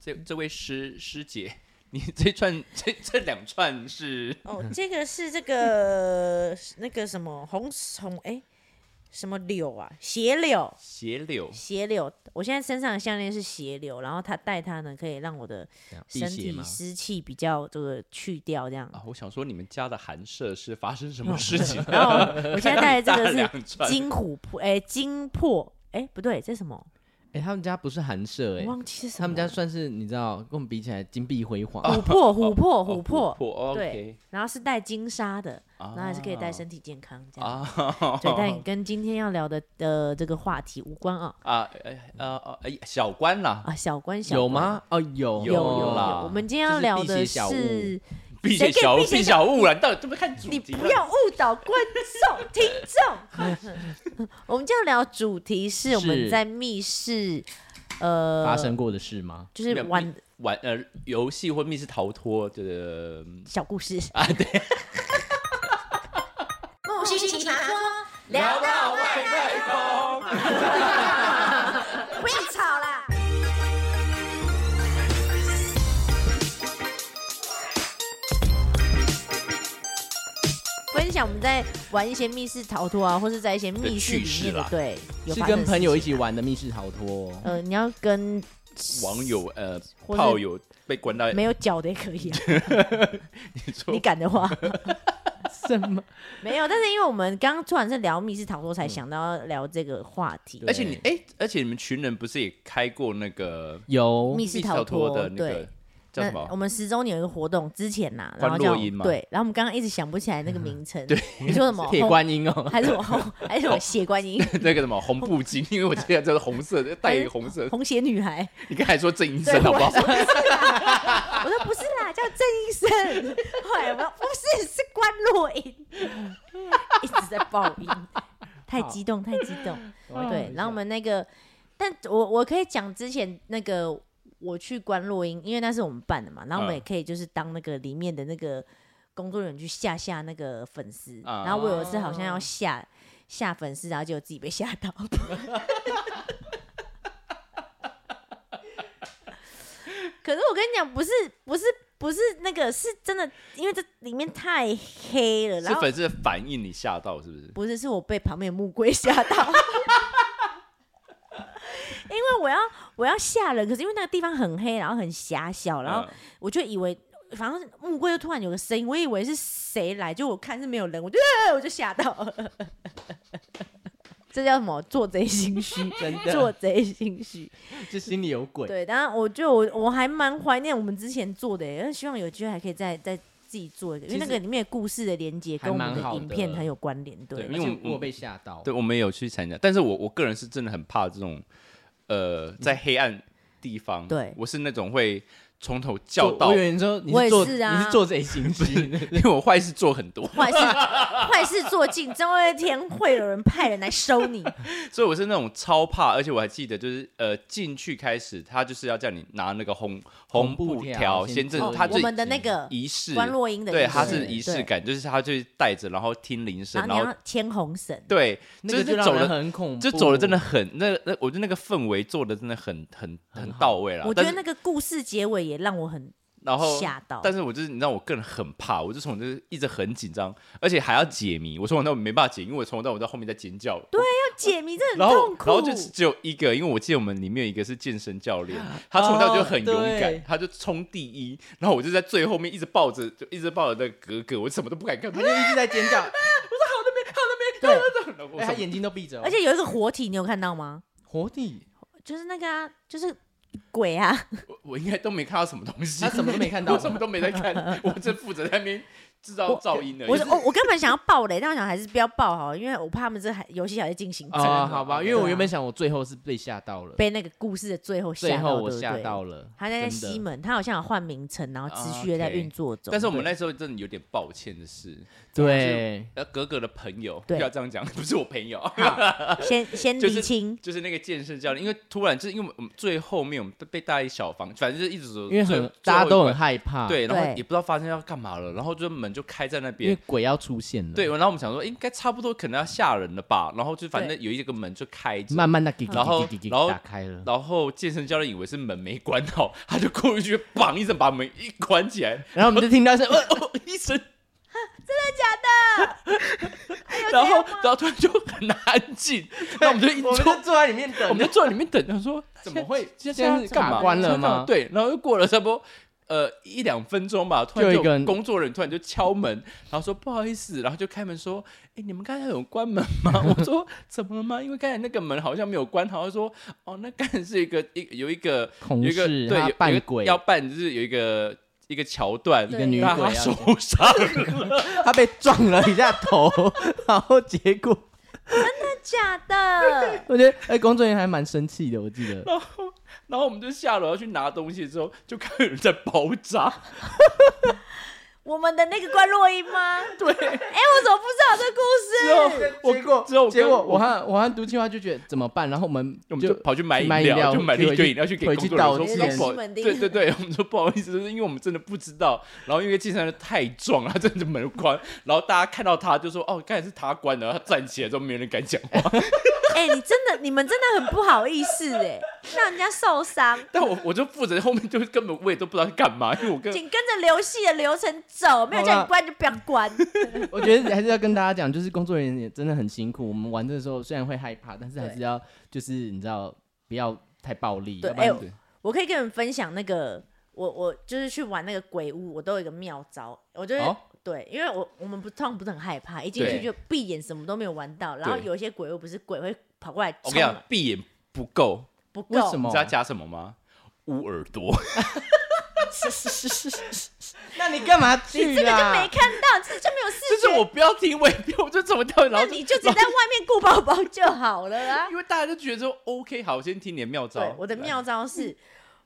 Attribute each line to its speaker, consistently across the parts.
Speaker 1: 这这位师师姐，你 这串这这两串是
Speaker 2: 哦，这个是这个那个什么红红哎、什么柳啊，斜柳，
Speaker 1: 斜柳
Speaker 2: 斜柳。我现在身上的项链是斜柳，然后它戴它呢，可以让我的
Speaker 1: 辟
Speaker 2: 身
Speaker 1: 邪
Speaker 2: 体
Speaker 1: 吗
Speaker 2: 湿气比较这个去掉这样。？
Speaker 1: 啊？我想说你们家的寒舍是发生什么事情
Speaker 2: 然后嗯 哦 我现在戴的这
Speaker 1: 大
Speaker 2: 个是
Speaker 1: 两串
Speaker 2: 金琥珀，哎、金珀，哎、不对，这是什么？
Speaker 3: 哎、他们家不是寒舍哎、
Speaker 2: 我忘记是什么。
Speaker 3: 他们家算是你知道，跟我们比起来金碧辉煌。
Speaker 2: 琥珀，琥珀，
Speaker 1: 哦
Speaker 2: 琥
Speaker 1: 珀
Speaker 2: 珀，
Speaker 1: ，OK，
Speaker 2: 对，然后是带金沙的，然后还是可以带身体健康这样。
Speaker 1: 啊
Speaker 2: 对，但跟今天要聊的的这个话题无关啊
Speaker 1: 啊哎呃呃哎小关啦，
Speaker 2: 啊，小关小
Speaker 3: 有
Speaker 2: 关？
Speaker 3: 吗？哦，有
Speaker 2: 有有
Speaker 1: 有啦
Speaker 2: 有，我们今天要
Speaker 3: 就是
Speaker 2: 聊
Speaker 3: 辟
Speaker 2: 的
Speaker 3: 邪小屋
Speaker 2: 是，
Speaker 1: 避
Speaker 2: 谁
Speaker 1: 邪
Speaker 2: 可以
Speaker 1: 小
Speaker 2: 避
Speaker 1: 物，
Speaker 2: 邪
Speaker 1: 避
Speaker 2: 小
Speaker 1: 小物啦，你到底这么看主
Speaker 2: 你
Speaker 1: 题？
Speaker 2: 不要误导观众听众。 我们今天要聊主题是我们
Speaker 3: 是
Speaker 2: 在密室，呃，
Speaker 3: 发生过的事吗？
Speaker 2: 就是
Speaker 1: 没有
Speaker 2: 玩
Speaker 1: 玩呃游戏或密室逃脱嗯的
Speaker 2: 小故事。
Speaker 1: 啊， 对，
Speaker 4: 不是奇葩说，
Speaker 1: 聊到外太空。
Speaker 4: 不要吵啦！
Speaker 2: 分享我们在玩一些密室逃脱啊，或是在一些密室
Speaker 1: 的趣
Speaker 2: 里
Speaker 1: 事
Speaker 2: 面的
Speaker 1: 啦
Speaker 2: 对，有
Speaker 3: 是
Speaker 2: 发生
Speaker 3: 跟
Speaker 2: 的
Speaker 3: 朋
Speaker 2: 事
Speaker 3: 友
Speaker 2: 情啊
Speaker 3: 一起玩的密室逃脱、哦。
Speaker 2: 呃，你要跟
Speaker 1: 网友呃
Speaker 2: 或是
Speaker 1: 炮友被关到
Speaker 2: 没有脚的也可以、啊，
Speaker 1: 你说
Speaker 2: 你敢 的话
Speaker 3: 什么？
Speaker 2: 没有。但是因为我们刚刚突然是聊密室逃脱，才想到要聊这个话题。
Speaker 1: 而且你哎、而且你们群人不是也开过那个
Speaker 3: 有
Speaker 2: 密室逃
Speaker 1: 脱的那
Speaker 2: 对
Speaker 1: 个。叫什
Speaker 2: 那呃哦我
Speaker 1: 么？
Speaker 2: 们十周年有一个活动之前呐、然后
Speaker 1: 欢乐
Speaker 2: 叫
Speaker 1: 营吗
Speaker 2: 对，然后我们刚刚一直想不起来那个 名称，对，你说什么
Speaker 3: 铁观音 哦，
Speaker 2: 还是什么红还是什么血观音
Speaker 1: 那个什么红布巾，因为我记得这是红色的，带一个红 色。
Speaker 2: 红血女孩？
Speaker 1: 你刚才说郑医
Speaker 2: 对，
Speaker 1: 生好不
Speaker 2: 我说
Speaker 1: 好
Speaker 2: 不？是啦，我说不是啦，叫郑医生。后来我说不是，是关洛音，一直在爆音，太激动，太激动。哦
Speaker 1: 哦
Speaker 2: 对，
Speaker 3: 哦
Speaker 2: 然后我们那个，但我我可以讲之前那个我去关洛音，因为那是我们办的嘛，然后我
Speaker 1: 嗯
Speaker 2: 们也可以就是当那个里面的那个工作人员去吓吓那个粉丝，
Speaker 1: 啊
Speaker 2: 然后我有一次好像要吓吓粉丝，然后结果自己被吓到。 可是我跟你讲，不是不是不是那个，是真的，因为这里面太黑了，然
Speaker 1: 是
Speaker 2: 后
Speaker 1: 粉丝的反应你吓到是不是？
Speaker 2: 不是，是我被旁边的木柜吓到。 因为我要我要吓人，可是因为那个地方很黑，然后很狭小，然后
Speaker 1: 嗯
Speaker 2: 我就以为，反正木柜又突然有个声音，我以为是谁来，就我看是没有人，我就、 呃我就吓到 了。这叫什么？做贼心 虚，
Speaker 3: 真
Speaker 2: 做
Speaker 3: 的，
Speaker 2: 贼心虚。
Speaker 3: 就心里有鬼。
Speaker 2: 对，当然，我觉得我我还蛮怀念我们之前做的耶，因为希望有机会还可以再再自己做一个，因为那
Speaker 3: 其
Speaker 2: 个
Speaker 3: 实
Speaker 2: 里面的故事的连接跟
Speaker 3: 还
Speaker 2: 我们
Speaker 3: 蛮
Speaker 2: 的
Speaker 3: 好
Speaker 2: 影片
Speaker 3: 的
Speaker 2: 很有关联，对
Speaker 1: 对
Speaker 3: 而且
Speaker 1: 因为我们
Speaker 3: 我被吓到。
Speaker 1: 对，我们也有去参加，但是我我个人是真的很怕这种，呃，在黑暗地方，
Speaker 2: 嗯对
Speaker 1: 我是那种会从头
Speaker 3: 就，
Speaker 1: 叫到
Speaker 3: 我以，为你说你
Speaker 2: 我也
Speaker 3: 是做
Speaker 2: 是啊
Speaker 3: 你是做贼心虚，
Speaker 1: 因为我坏事做很多，
Speaker 2: 坏事坏事做尽，总有一天会有人派人来收你。
Speaker 1: 所以我是那种超怕，而且我还记得，就是呃，进去开始，他就是要叫你拿那个红红
Speaker 3: 红
Speaker 1: 布
Speaker 3: 布
Speaker 1: 条，
Speaker 3: 条
Speaker 1: 先
Speaker 3: 先
Speaker 1: 正
Speaker 3: 做
Speaker 2: 哦
Speaker 1: 他
Speaker 2: 我
Speaker 1: 最
Speaker 2: 们的那个
Speaker 1: 仪式，
Speaker 2: 关洛英的
Speaker 1: 对，
Speaker 2: 仪
Speaker 1: 他
Speaker 2: 式
Speaker 1: 是仪
Speaker 2: 对
Speaker 1: 式感，就是他就是带着，然后听铃声，
Speaker 2: 然
Speaker 1: 然
Speaker 2: 后你
Speaker 1: 后
Speaker 2: 要牵红绳，
Speaker 1: 对，
Speaker 3: 那个
Speaker 1: 是
Speaker 3: 就
Speaker 1: 走
Speaker 3: 让人
Speaker 1: 的，
Speaker 3: 很恐怖，
Speaker 1: 就走的真的很那那，我觉得那个氛围做的真的很很很到位了。
Speaker 2: 我觉
Speaker 1: 啊但
Speaker 2: 得
Speaker 1: 是
Speaker 2: 那个故事结尾也让我很
Speaker 1: 然后
Speaker 2: 吓到
Speaker 1: 但是我就是你知道，我个人很怕，我就从就是一直很紧张，而且还要解谜，我从头到尾没办法解，因为我从头到尾在后面在尖叫。对。
Speaker 2: 解谜，真的
Speaker 1: 然
Speaker 2: 很
Speaker 1: 后
Speaker 2: 痛，苦。
Speaker 1: 然后就只有一个，因为我记得我们里面有一个是健身教练，他从到就很勇敢，
Speaker 3: 啊对
Speaker 1: 他就冲第一，然后我就在最后面一直抱着，就一直抱着那个格格，我什么都不敢看，他
Speaker 3: 他
Speaker 1: 就
Speaker 3: 就一直在尖叫，
Speaker 1: 然 后我
Speaker 2: 对，
Speaker 3: 哎，他
Speaker 1: 什么
Speaker 3: 眼睛都闭着哦，
Speaker 2: 而且有一个活体，你有看到吗？
Speaker 3: 活体，
Speaker 2: 就是那个啊，就是鬼啊，
Speaker 1: 我我应该都没看到什么东西，
Speaker 3: 他什么都没看 到
Speaker 1: 我什么都没在 看，我只负责在那边制造
Speaker 2: 我
Speaker 1: 噪音而已。
Speaker 2: 我是哦，我根本想要爆雷，但我想还是不要爆好了，因为我怕他们这还游戏还在进行中，
Speaker 3: 啊，好吧，因为
Speaker 2: 对
Speaker 3: 我
Speaker 2: 啊
Speaker 3: 原本想我最后是被吓到了，
Speaker 2: 被那个故事的最后
Speaker 3: 最
Speaker 2: 吓
Speaker 3: 后
Speaker 2: 到，
Speaker 3: 我
Speaker 2: 对不
Speaker 3: 吓
Speaker 2: 对？
Speaker 3: 到了，
Speaker 2: 他在
Speaker 3: 真的
Speaker 2: 西门，他好像有换名称，然后持续的在
Speaker 1: 啊 OK
Speaker 2: 运作中。
Speaker 1: 但是我们
Speaker 2: 对
Speaker 1: 那时候真的有点抱歉的是，
Speaker 3: 对，
Speaker 1: 呃，格格的朋友不
Speaker 2: 对
Speaker 1: 要这样讲， 不是我朋友，
Speaker 2: 先先
Speaker 3: 啊
Speaker 1: 就是
Speaker 2: 厘清，
Speaker 1: 就是那个健身教练，因为突然就是因为我们最后面我们被被带一小房晃，反正就一直走，
Speaker 3: 因为
Speaker 1: 最
Speaker 3: 很大家都很，
Speaker 1: 最后
Speaker 3: 害怕，
Speaker 1: 一关，对，然后
Speaker 2: 对
Speaker 1: 也不知道发生要干嘛了，然后就门就开在那
Speaker 3: 啊因为
Speaker 1: 边。
Speaker 3: 鬼要出现了，
Speaker 1: 对，，然后我们想说诶应该差不多，可能要吓人了吧。然后就反正有一个门就开着，
Speaker 3: 慢慢的给
Speaker 1: 然后然后
Speaker 3: 打开了，
Speaker 1: 然后健身教练以为是门没关好，他就过去砰一声把门一关起来，
Speaker 3: 然后我们就听 到一声，呃
Speaker 1: 哦哦一声， 真的假的？然后然后突然就很安静，那我们就一
Speaker 3: 我
Speaker 1: 直
Speaker 3: 们
Speaker 1: 坐
Speaker 3: 就坐在里面等，
Speaker 1: 我们就坐在里面等，他说
Speaker 3: 怎么会
Speaker 1: 现在是干嘛？
Speaker 3: 关了吗？
Speaker 1: 对，然后又过了差不多呃一两分钟吧，突然
Speaker 3: 就
Speaker 1: 就
Speaker 3: 有一个人
Speaker 1: 工作人员突然就敲门，然后说不好意思，然后就开门说，哎、你们刚才有关门吗？ 我说怎么了吗？因为刚才那个门好像没有关好，他说哦，那刚才是一个一有一个
Speaker 3: 同
Speaker 1: 有一个
Speaker 3: 事
Speaker 1: 对
Speaker 3: 他
Speaker 1: 有有
Speaker 3: 扮
Speaker 1: 一个
Speaker 3: 鬼，
Speaker 1: 要扮就是有一个一个桥段，
Speaker 2: 一
Speaker 3: 个女
Speaker 1: 那
Speaker 3: 鬼啊
Speaker 1: 他
Speaker 3: 要
Speaker 1: 受伤了，
Speaker 3: 他被撞了一下头，然后结果
Speaker 2: 假 的，
Speaker 3: 我觉得哎，工作人员还蛮生气的，我记得。
Speaker 1: 哦然后我们就下楼要去拿东西之后，就看有人在包扎，
Speaker 2: 我们的那个关洛音 吗？
Speaker 1: 对，
Speaker 2: 哎，我怎么不知道这
Speaker 1: 之后
Speaker 2: 故事？
Speaker 1: 我
Speaker 3: 结果
Speaker 1: 之后我
Speaker 3: 结
Speaker 1: 跟
Speaker 3: 果我和我和毒气话就觉得怎么办，然后我们
Speaker 1: 我们就跑去买饮
Speaker 3: 买饮料
Speaker 1: 就买了一堆饮料去给
Speaker 3: 回
Speaker 1: 工
Speaker 3: 去
Speaker 1: 作人员
Speaker 3: 道
Speaker 1: 说
Speaker 2: 歉
Speaker 1: 不好
Speaker 2: 西门啊町
Speaker 1: 对对对，我们说不好意思，就是因为我们真的不知道，然后因为计程车太壮了，他 真的门关，然后大家看到他就说哦，刚才是他关的，然后他站起来之后没人敢讲话，
Speaker 2: 哎，你真的，你们真的很不好意思哎，让人家受伤，
Speaker 1: 但我我就负责后面就是根本我也都不知道在干嘛，因为我跟
Speaker 2: 请跟着流戏的流程走，没有
Speaker 3: 好
Speaker 2: 叫
Speaker 3: 啦
Speaker 2: 你关就不要 关。
Speaker 3: 我觉得还是要跟大家讲，就是工作人员也真的很辛苦。我们玩的时候虽然会害怕，但是还是要就是你知道不要太暴力，
Speaker 2: 对
Speaker 3: 要 不然
Speaker 2: 哎我可以跟你们分享那个，我我就是去玩那个鬼屋，我都有一个妙招，我就是、
Speaker 1: 哦
Speaker 2: 对，因为我我们不通常不是很害怕，一进去
Speaker 1: 对
Speaker 2: 就闭眼什么都没有玩到，然后
Speaker 1: 对
Speaker 2: 有一些鬼屋不是鬼会跑过来
Speaker 1: 我
Speaker 2: 冲哦
Speaker 1: 跟你讲
Speaker 2: 了，
Speaker 1: 闭眼不够，
Speaker 2: 不
Speaker 3: 为
Speaker 2: 够，
Speaker 3: 什
Speaker 1: 你
Speaker 3: 么
Speaker 1: 知道？加什么吗？捂耳朵，
Speaker 3: 那你干嘛
Speaker 2: 你
Speaker 3: 去
Speaker 2: 这个就
Speaker 3: 啊
Speaker 2: 没？看到，这就没有视觉，
Speaker 1: 就是我不要听我也不要，我就怎么跳，然
Speaker 2: 那
Speaker 1: 后
Speaker 2: 你就只在外面顾宝宝就好 了啦。
Speaker 1: 因为大家就觉得说 OK 好，我先听你的妙
Speaker 2: 对
Speaker 1: 招，，
Speaker 2: 我的妙招是，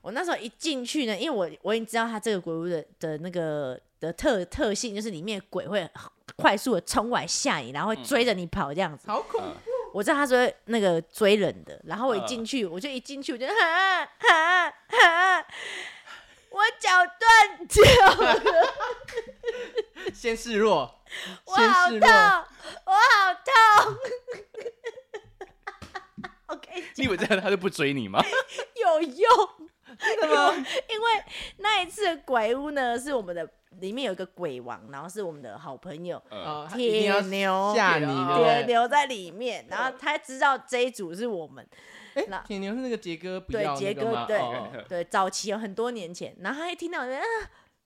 Speaker 2: 我那时候一进去呢，因为我我已经知道它这个鬼屋的的那个的特特性，就是里面的鬼会快速的冲过来吓你，然后会追
Speaker 1: 嗯
Speaker 2: 着你跑这样子。
Speaker 3: 好恐怖！啊
Speaker 2: 我知道他是会那个追人的，然后我一
Speaker 1: 嗯
Speaker 2: 进去，我就一进去，我就哈哈哈，我脚断掉，
Speaker 3: 先示弱，
Speaker 2: 我好
Speaker 3: 先示
Speaker 2: 痛，
Speaker 3: 弱。
Speaker 2: 我好痛。OK，
Speaker 1: 你以为这样他就不追 你吗？
Speaker 2: 有用，真的吗？ 因为那一次的鬼屋呢，是我们的里面有一个鬼王，然后是我们的好朋友
Speaker 1: 呃
Speaker 3: 哦，他一定
Speaker 2: 铁
Speaker 3: 要
Speaker 2: 牛，
Speaker 3: 吓你，哦
Speaker 2: 铁
Speaker 3: 对不对？
Speaker 2: 牛在里面，然后他知道这一组是我们。那
Speaker 3: 哎，铁牛是那个杰哥，不
Speaker 2: 对
Speaker 3: 要那
Speaker 2: 杰
Speaker 3: 个
Speaker 2: 哥
Speaker 3: 吗
Speaker 2: 对
Speaker 3: 哦哦
Speaker 2: 对，早期有很多年前，然后他一听到有人啊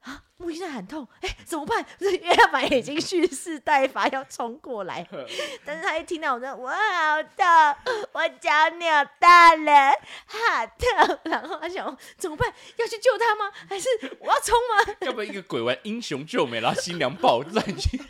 Speaker 2: 啊，木星在喊痛，哎、怎么办？因为他本来已经蓄势待发，要冲过来，但是他一听到我说我好痛，我脚扭到了，好痛，然后他想怎么办？要去救他吗？还是我要冲吗？
Speaker 1: 要不然一个鬼玩英雄救美，然后新娘抱站去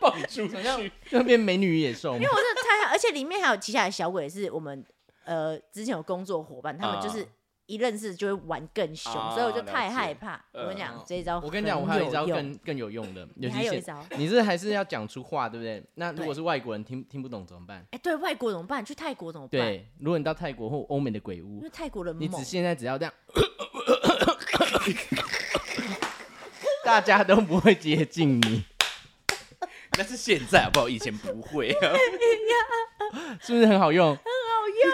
Speaker 1: 抱出
Speaker 3: 好像
Speaker 1: 去，
Speaker 3: 那边美女与野兽嘛
Speaker 2: 因为，我真的太害，而且里面还有旗下的小鬼是我们呃之前有工作伙伴，他们就是
Speaker 1: 啊。
Speaker 2: 一认识就会玩更凶，
Speaker 1: 啊
Speaker 2: 所以我就
Speaker 1: 了
Speaker 2: 太
Speaker 1: 解
Speaker 2: 害怕。我跟你讲
Speaker 3: 嗯，
Speaker 2: 这一招
Speaker 3: 我跟你讲，我还
Speaker 2: 很
Speaker 3: 有一招
Speaker 2: 用
Speaker 3: 更更有用的，
Speaker 2: 你
Speaker 3: 尤
Speaker 2: 还
Speaker 3: 其
Speaker 2: 有一
Speaker 3: 是
Speaker 2: 招，哎、
Speaker 3: 你是还是要讲出话，对不对？那如
Speaker 2: 对
Speaker 3: 果是外国人听听不懂怎么办？
Speaker 2: 哎对外国怎么办？去泰国怎么办？，
Speaker 3: 对，如果你到泰国或欧美的鬼
Speaker 2: 因
Speaker 3: 屋
Speaker 2: 为，泰国人
Speaker 3: 你只
Speaker 2: 猛，
Speaker 3: 现在只要这样，大家都不会接近你，
Speaker 1: 那是现在好不好？以前不会、 啊，
Speaker 3: 是不是很好用？
Speaker 2: 好用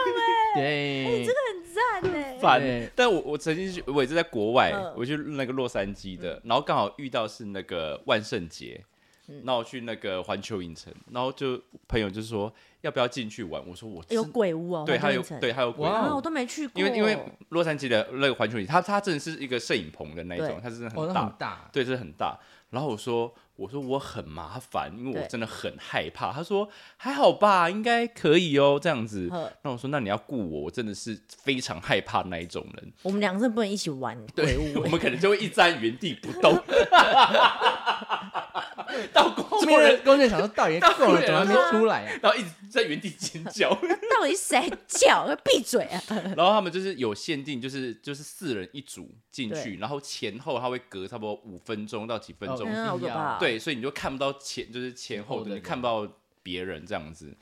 Speaker 2: 哎、
Speaker 3: 对，
Speaker 2: 很赞哎、
Speaker 1: 烦
Speaker 3: 对。
Speaker 1: 但我我曾经去，我也是在国外，
Speaker 2: 嗯
Speaker 1: 我去那个洛杉矶的，然后刚好遇到是那个万圣节，
Speaker 2: 嗯
Speaker 1: 那我去那个环球影城，然后就朋友就说要不要进去玩，我说我
Speaker 2: 有
Speaker 1: 真
Speaker 2: 鬼屋哦、
Speaker 1: 对，
Speaker 2: 环
Speaker 1: 还
Speaker 2: 球
Speaker 1: 有
Speaker 2: 影城
Speaker 1: 对还有鬼屋
Speaker 3: 哇
Speaker 2: 啊，我都没去过，
Speaker 1: 因为因为洛杉矶的那个环球影城，它它真的是一个摄影棚的那一种
Speaker 2: 对，
Speaker 1: 它是真的
Speaker 3: 哦，
Speaker 1: 很
Speaker 3: 那
Speaker 1: 大，
Speaker 3: 很大，
Speaker 1: 对，这很大。然后我说，我说我很麻烦，因为我
Speaker 2: 对
Speaker 1: 真的很害怕。他说还好吧，应该可以哦，这样子
Speaker 2: 呵。
Speaker 1: 那我说，那你要雇我，我真的是非常害怕那一种人。
Speaker 2: 我们两个是不能一起玩
Speaker 1: 对
Speaker 2: 鬼屋、
Speaker 1: 我
Speaker 2: 欸。
Speaker 1: 们可能就会一站原地不动。到工
Speaker 3: 后
Speaker 1: 作
Speaker 3: 面
Speaker 1: 人
Speaker 3: 的，工作人员想说到 底够了，怎么还没出来啊？
Speaker 1: 然后一直在原地尖叫。
Speaker 2: 到底谁叫？ 闭嘴啊！
Speaker 1: 然后他们就是有限定，就是就是四人一组进
Speaker 2: 对
Speaker 1: 去，然后前后他会隔差不多五分钟到几分
Speaker 3: 哦
Speaker 1: 钟
Speaker 2: 嗯好可怕
Speaker 1: 啊对，所以你就看不到前，就是前后
Speaker 3: 后
Speaker 1: 的，
Speaker 3: 的
Speaker 1: 你
Speaker 3: 人
Speaker 1: 看不到别人这样子。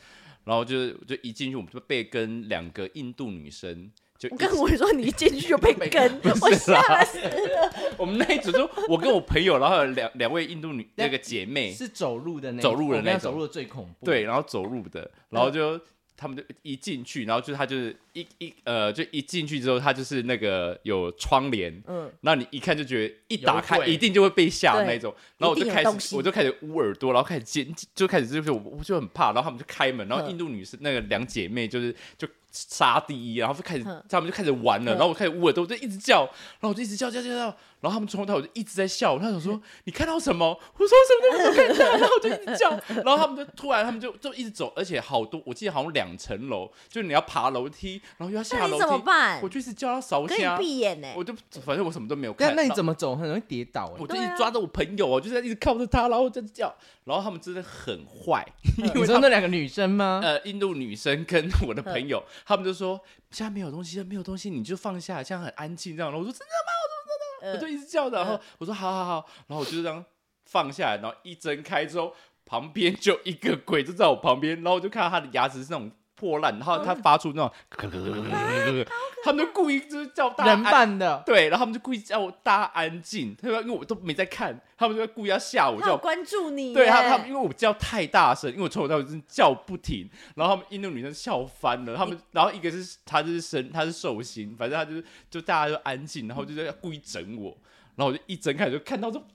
Speaker 1: 然后就是就一进去，我们就被跟两个印度女生就一
Speaker 2: 我
Speaker 1: 直
Speaker 2: 跟我说你一进去 就被跟，我吓死了。
Speaker 1: 啊我们那一组就我跟我朋友，然后还有两两位印度女
Speaker 3: 对
Speaker 1: 那个姐妹，
Speaker 3: 是走路的那一
Speaker 1: 走路的
Speaker 3: 我跟你
Speaker 1: 那
Speaker 3: 讲走
Speaker 1: 种
Speaker 3: 路的最恐怖。
Speaker 1: 对，，然后走路的，然后就他们就一进去，然后就是他就是一一呃，就一进去之后，他就是那个有窗帘。
Speaker 2: 嗯，
Speaker 1: 那你一看就觉得一
Speaker 3: 有
Speaker 1: 打开
Speaker 3: 鬼
Speaker 1: 一定就会被吓的
Speaker 2: 对
Speaker 1: 那种，然后我
Speaker 2: 一
Speaker 1: 就
Speaker 2: 定有
Speaker 1: 开
Speaker 2: 东
Speaker 1: 始
Speaker 2: 西
Speaker 1: 我就开始捂耳朵，然后开始尖，就开始就是我我就很怕，然后他们就开门，然后
Speaker 2: 嗯
Speaker 1: 印度女生那个两姐妹就是就杀第一，然后就开始
Speaker 2: 嗯
Speaker 1: 他们就开始玩了，
Speaker 2: 嗯
Speaker 1: 然后我开始捂耳朵，我就一直叫，然后我就一直叫叫叫叫，然后他们从头到尾就一直在笑，我他想说你看到什么？我说什么都没有看到，然后我就一直叫，然后他们就突然他们就就一直走，而且好多我记得好像两层楼，就你要爬楼梯，然后又要下
Speaker 2: 那
Speaker 1: 楼
Speaker 2: 你
Speaker 1: 梯
Speaker 2: 怎，么办
Speaker 1: 我？就一啊直叫他扫
Speaker 2: 可以
Speaker 1: 下。
Speaker 2: 闭眼欸呢
Speaker 1: 我，就反正我什么都没有看
Speaker 3: 但。啊那你
Speaker 1: 然后
Speaker 3: 怎么走很容易跌倒欸？
Speaker 1: 我就一
Speaker 2: 对
Speaker 1: 直
Speaker 2: 啊
Speaker 1: 抓着我朋友哦，就是在一直靠着他，然后在叫，然后他们真的很坏，因
Speaker 3: 你
Speaker 1: 为
Speaker 3: 说
Speaker 1: 他
Speaker 3: 那两个女生吗？
Speaker 1: 呃印度女生跟我
Speaker 2: 嗯
Speaker 1: 的朋友，他们就说现在没有东西，没有东西，你就放下，这样很安静这样。然后我说真的，
Speaker 2: 呃
Speaker 1: 我就一直叫的，然
Speaker 2: 嗯
Speaker 1: 后我说好好好，然后我就这样放下来，然后一睁开之后，旁边就一个鬼就在我旁边，然后我就看到他的牙齿是那种破烂，然后
Speaker 2: 嗯
Speaker 1: 他发出那种， 他们就故意就是叫大家
Speaker 3: 人扮的，
Speaker 1: 对，然后他们就故意叫我大家安静，他们因为我都没在看，他们就故意要吓我，
Speaker 2: 他
Speaker 1: 叫
Speaker 2: 有
Speaker 1: 我
Speaker 2: 关注你耶，
Speaker 1: 对他他们因为我叫太大声，因为我从头到尾真的叫不停，然后他们印度女生笑翻了，他们然后一个是她就是生她是寿星，反正她就是就大家就安静，然后就在故意整我，然后我就一睁开就看到说，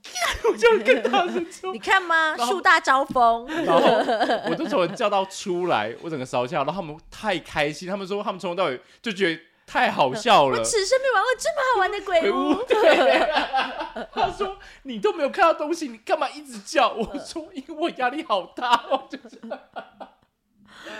Speaker 1: 我就跟他们说
Speaker 2: 你。看吗？
Speaker 1: 然后呃
Speaker 2: 树大 招风，
Speaker 1: 然后我就从人叫到出来，我整个烧下，然后他们太开心，他们说他们从头到尾就觉得太好笑 了
Speaker 2: 我。此生没玩过这么好玩的
Speaker 1: 鬼
Speaker 2: 鬼
Speaker 1: 屋
Speaker 2: 屋。，
Speaker 1: 对，他说你都没有看到东西，你干嘛一直叫？我说因为我压力好大，我就是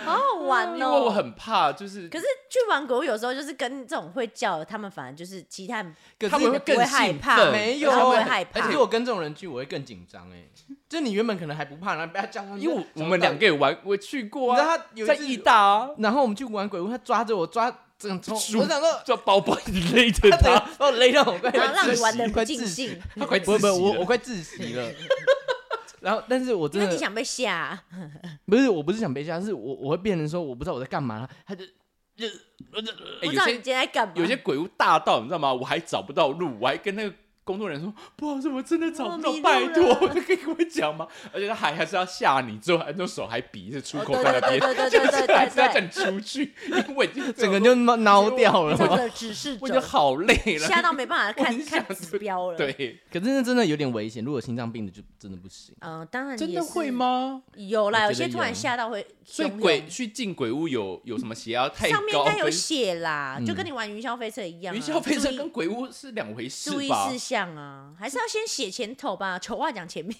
Speaker 2: 好好玩哦！
Speaker 1: 因为我很怕，就是
Speaker 2: 可是去玩狗，有时候就是跟这种会叫的，他们反而就是其他人
Speaker 3: 可
Speaker 1: 他
Speaker 3: 是
Speaker 1: 们会
Speaker 3: 你
Speaker 1: 更
Speaker 2: 不会害
Speaker 1: 兴
Speaker 2: 怕
Speaker 1: 奋，
Speaker 3: 没有，
Speaker 2: 他们会
Speaker 3: 欸
Speaker 2: 害怕
Speaker 3: 而且我跟这种人聚，我会更紧张哎。就你原本可能还不怕，然后被他叫上去，
Speaker 1: 因为我们两个也玩，我去过
Speaker 3: 你知
Speaker 1: 啊，
Speaker 3: 道他有
Speaker 1: 在
Speaker 3: 一
Speaker 1: 义
Speaker 3: 次，
Speaker 1: 大啊，
Speaker 3: 然后我们去玩鬼屋，他抓着我抓整从，
Speaker 1: 鼠
Speaker 3: 我想说
Speaker 1: 就包包勒着
Speaker 3: 他整
Speaker 1: 他，
Speaker 3: 个把我勒到我快
Speaker 2: 然后让 你玩的不
Speaker 3: 快
Speaker 2: 尽
Speaker 3: 窒息
Speaker 2: 兴，
Speaker 1: 他快
Speaker 3: 不会不会，
Speaker 1: 窒息
Speaker 3: 我
Speaker 1: 了
Speaker 3: 我快窒息了。 然后，但是我
Speaker 2: 因
Speaker 3: 真
Speaker 2: 为你
Speaker 3: 的
Speaker 2: 想被吓。
Speaker 3: 不是，我不是想被吓，是我我会变成说我不知道我在干嘛，他就就
Speaker 1: 哎
Speaker 2: 不知
Speaker 1: 有
Speaker 2: 道你
Speaker 1: 些
Speaker 2: 今天在干嘛？
Speaker 1: 有些鬼屋大到你知道吗？我还找不到路，我还跟那个。工作人员说：“不好意思，我真的找不到
Speaker 2: 我迷，路
Speaker 1: 拜
Speaker 2: 了
Speaker 1: 托，这可以跟我讲吗？”而且他还还是要吓你，之后还那手还比是出
Speaker 2: 哦
Speaker 1: 口
Speaker 2: 对
Speaker 1: 在那
Speaker 2: 对
Speaker 1: 边，
Speaker 2: 对对
Speaker 1: 就
Speaker 2: 对
Speaker 1: 是
Speaker 2: 对
Speaker 1: 还
Speaker 2: 对
Speaker 1: 是要叫
Speaker 2: 对
Speaker 1: 你出去，因为已经
Speaker 3: 整个就挠挠掉了。
Speaker 2: 对，这个指示
Speaker 1: 我已经
Speaker 2: 者
Speaker 1: 好累了。
Speaker 2: 吓到没办法
Speaker 1: 我已
Speaker 2: 看
Speaker 1: 经
Speaker 2: 看
Speaker 1: 想
Speaker 2: 指标了。，
Speaker 1: 对，
Speaker 3: 可是那真的有点危险，如果心脏病的就真的不行。
Speaker 2: 嗯，当然
Speaker 1: 真
Speaker 2: 也
Speaker 1: 的
Speaker 2: 是
Speaker 1: 会？吗？
Speaker 2: 有啦，
Speaker 3: 我
Speaker 2: 有
Speaker 3: 觉得
Speaker 2: 些突然
Speaker 3: 有
Speaker 2: 吓到会
Speaker 1: 所以
Speaker 2: 汹涌，
Speaker 1: 鬼去进鬼屋有有什么血压太
Speaker 2: 上面应
Speaker 1: 高
Speaker 2: 该有
Speaker 1: 跟？
Speaker 2: 写啦，
Speaker 3: 嗯
Speaker 2: 就跟你玩云霄飞车一样啊。
Speaker 1: 云霄飞车
Speaker 2: 注意
Speaker 1: 跟鬼屋是两回事
Speaker 2: 注意
Speaker 1: 吧
Speaker 2: 事？项啊，还是要先写前头吧。丑话讲 前面，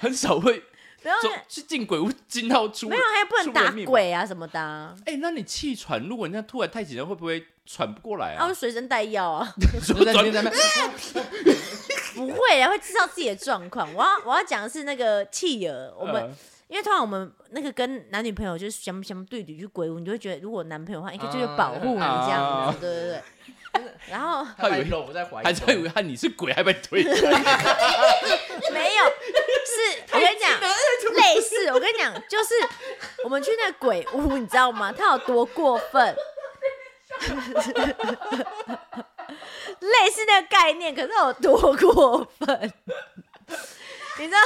Speaker 1: 很少会
Speaker 2: 不要
Speaker 1: 走去进鬼屋进到出
Speaker 2: 没。有，还不能
Speaker 1: 出人
Speaker 2: 打
Speaker 1: 命吧
Speaker 2: 鬼啊什么的啊，
Speaker 1: 哎，那你气喘，如果人家突然太紧张，会不会喘不过来
Speaker 2: 啊，
Speaker 1: 啊
Speaker 2: 我？随身带药啊，
Speaker 3: 就在那边在那边，
Speaker 2: 不会啊，会知道自己的状况。我要我要讲的是那个弃儿，我们
Speaker 1: 呃
Speaker 2: 因为通常我们那个跟男女朋友就是相相对比去鬼屋，你就会觉得如果男朋友的话，应该就是保护你这样
Speaker 1: 啊
Speaker 2: 子，对对 对。然后
Speaker 3: 他以为 我在怀疑，
Speaker 1: 还在以为他你是鬼，还被推。
Speaker 2: 没有，是我跟你讲，类似我跟你讲，就是我们去那个鬼屋，你知道吗？他有多过分？ 类似那个概念，可是有多过分？你知道，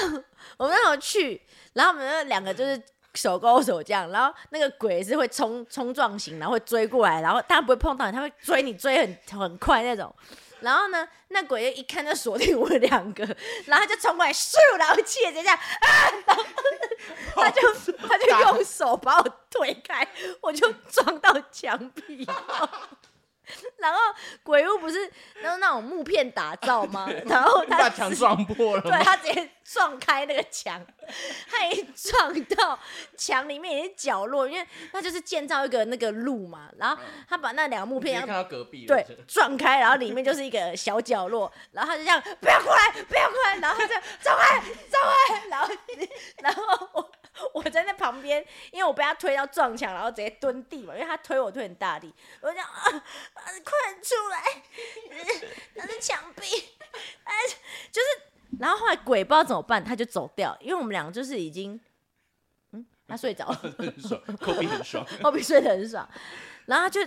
Speaker 2: 我们那时候去，然后我们那两个就是。手勾手这样，然后那个鬼是会冲冲撞型，然后会追过来，然后他不会碰到你，他会追你，追很很快那种。然后呢，那鬼就一看就锁定我们两个，然后他就冲过来，咻，然后气得这样，啊，然后他就他就用手把我推开，我就撞到墙壁。 然后鬼屋不是然后那种木片打造吗？然后他
Speaker 3: 把墙撞破了
Speaker 2: 对
Speaker 3: 吗？
Speaker 2: 他直接撞开那个墙，他已经撞到墙里面，也是角落，因为他就是建造一个那个路嘛，然后
Speaker 3: 嗯
Speaker 2: 他把那两个木
Speaker 3: 直接
Speaker 2: 片，
Speaker 3: 看
Speaker 2: 然后
Speaker 3: 到隔壁了
Speaker 2: 对撞开，然后里面就是一个小角落，然后他就这样不要过来，不要过来，然后他就走开，走开，然后然后我我在那旁边，因为我被他推到撞墙，然后直接蹲地嘛，因为他推我推很大力，我就这样啊啊，快点出来，那是墙壁，哎、就是，然后后来鬼不知道怎么办，他就走掉，因为我们两个就是已经，嗯，他睡着了，
Speaker 1: 很爽，抠鼻很爽，
Speaker 2: 后面睡得很爽，然后他就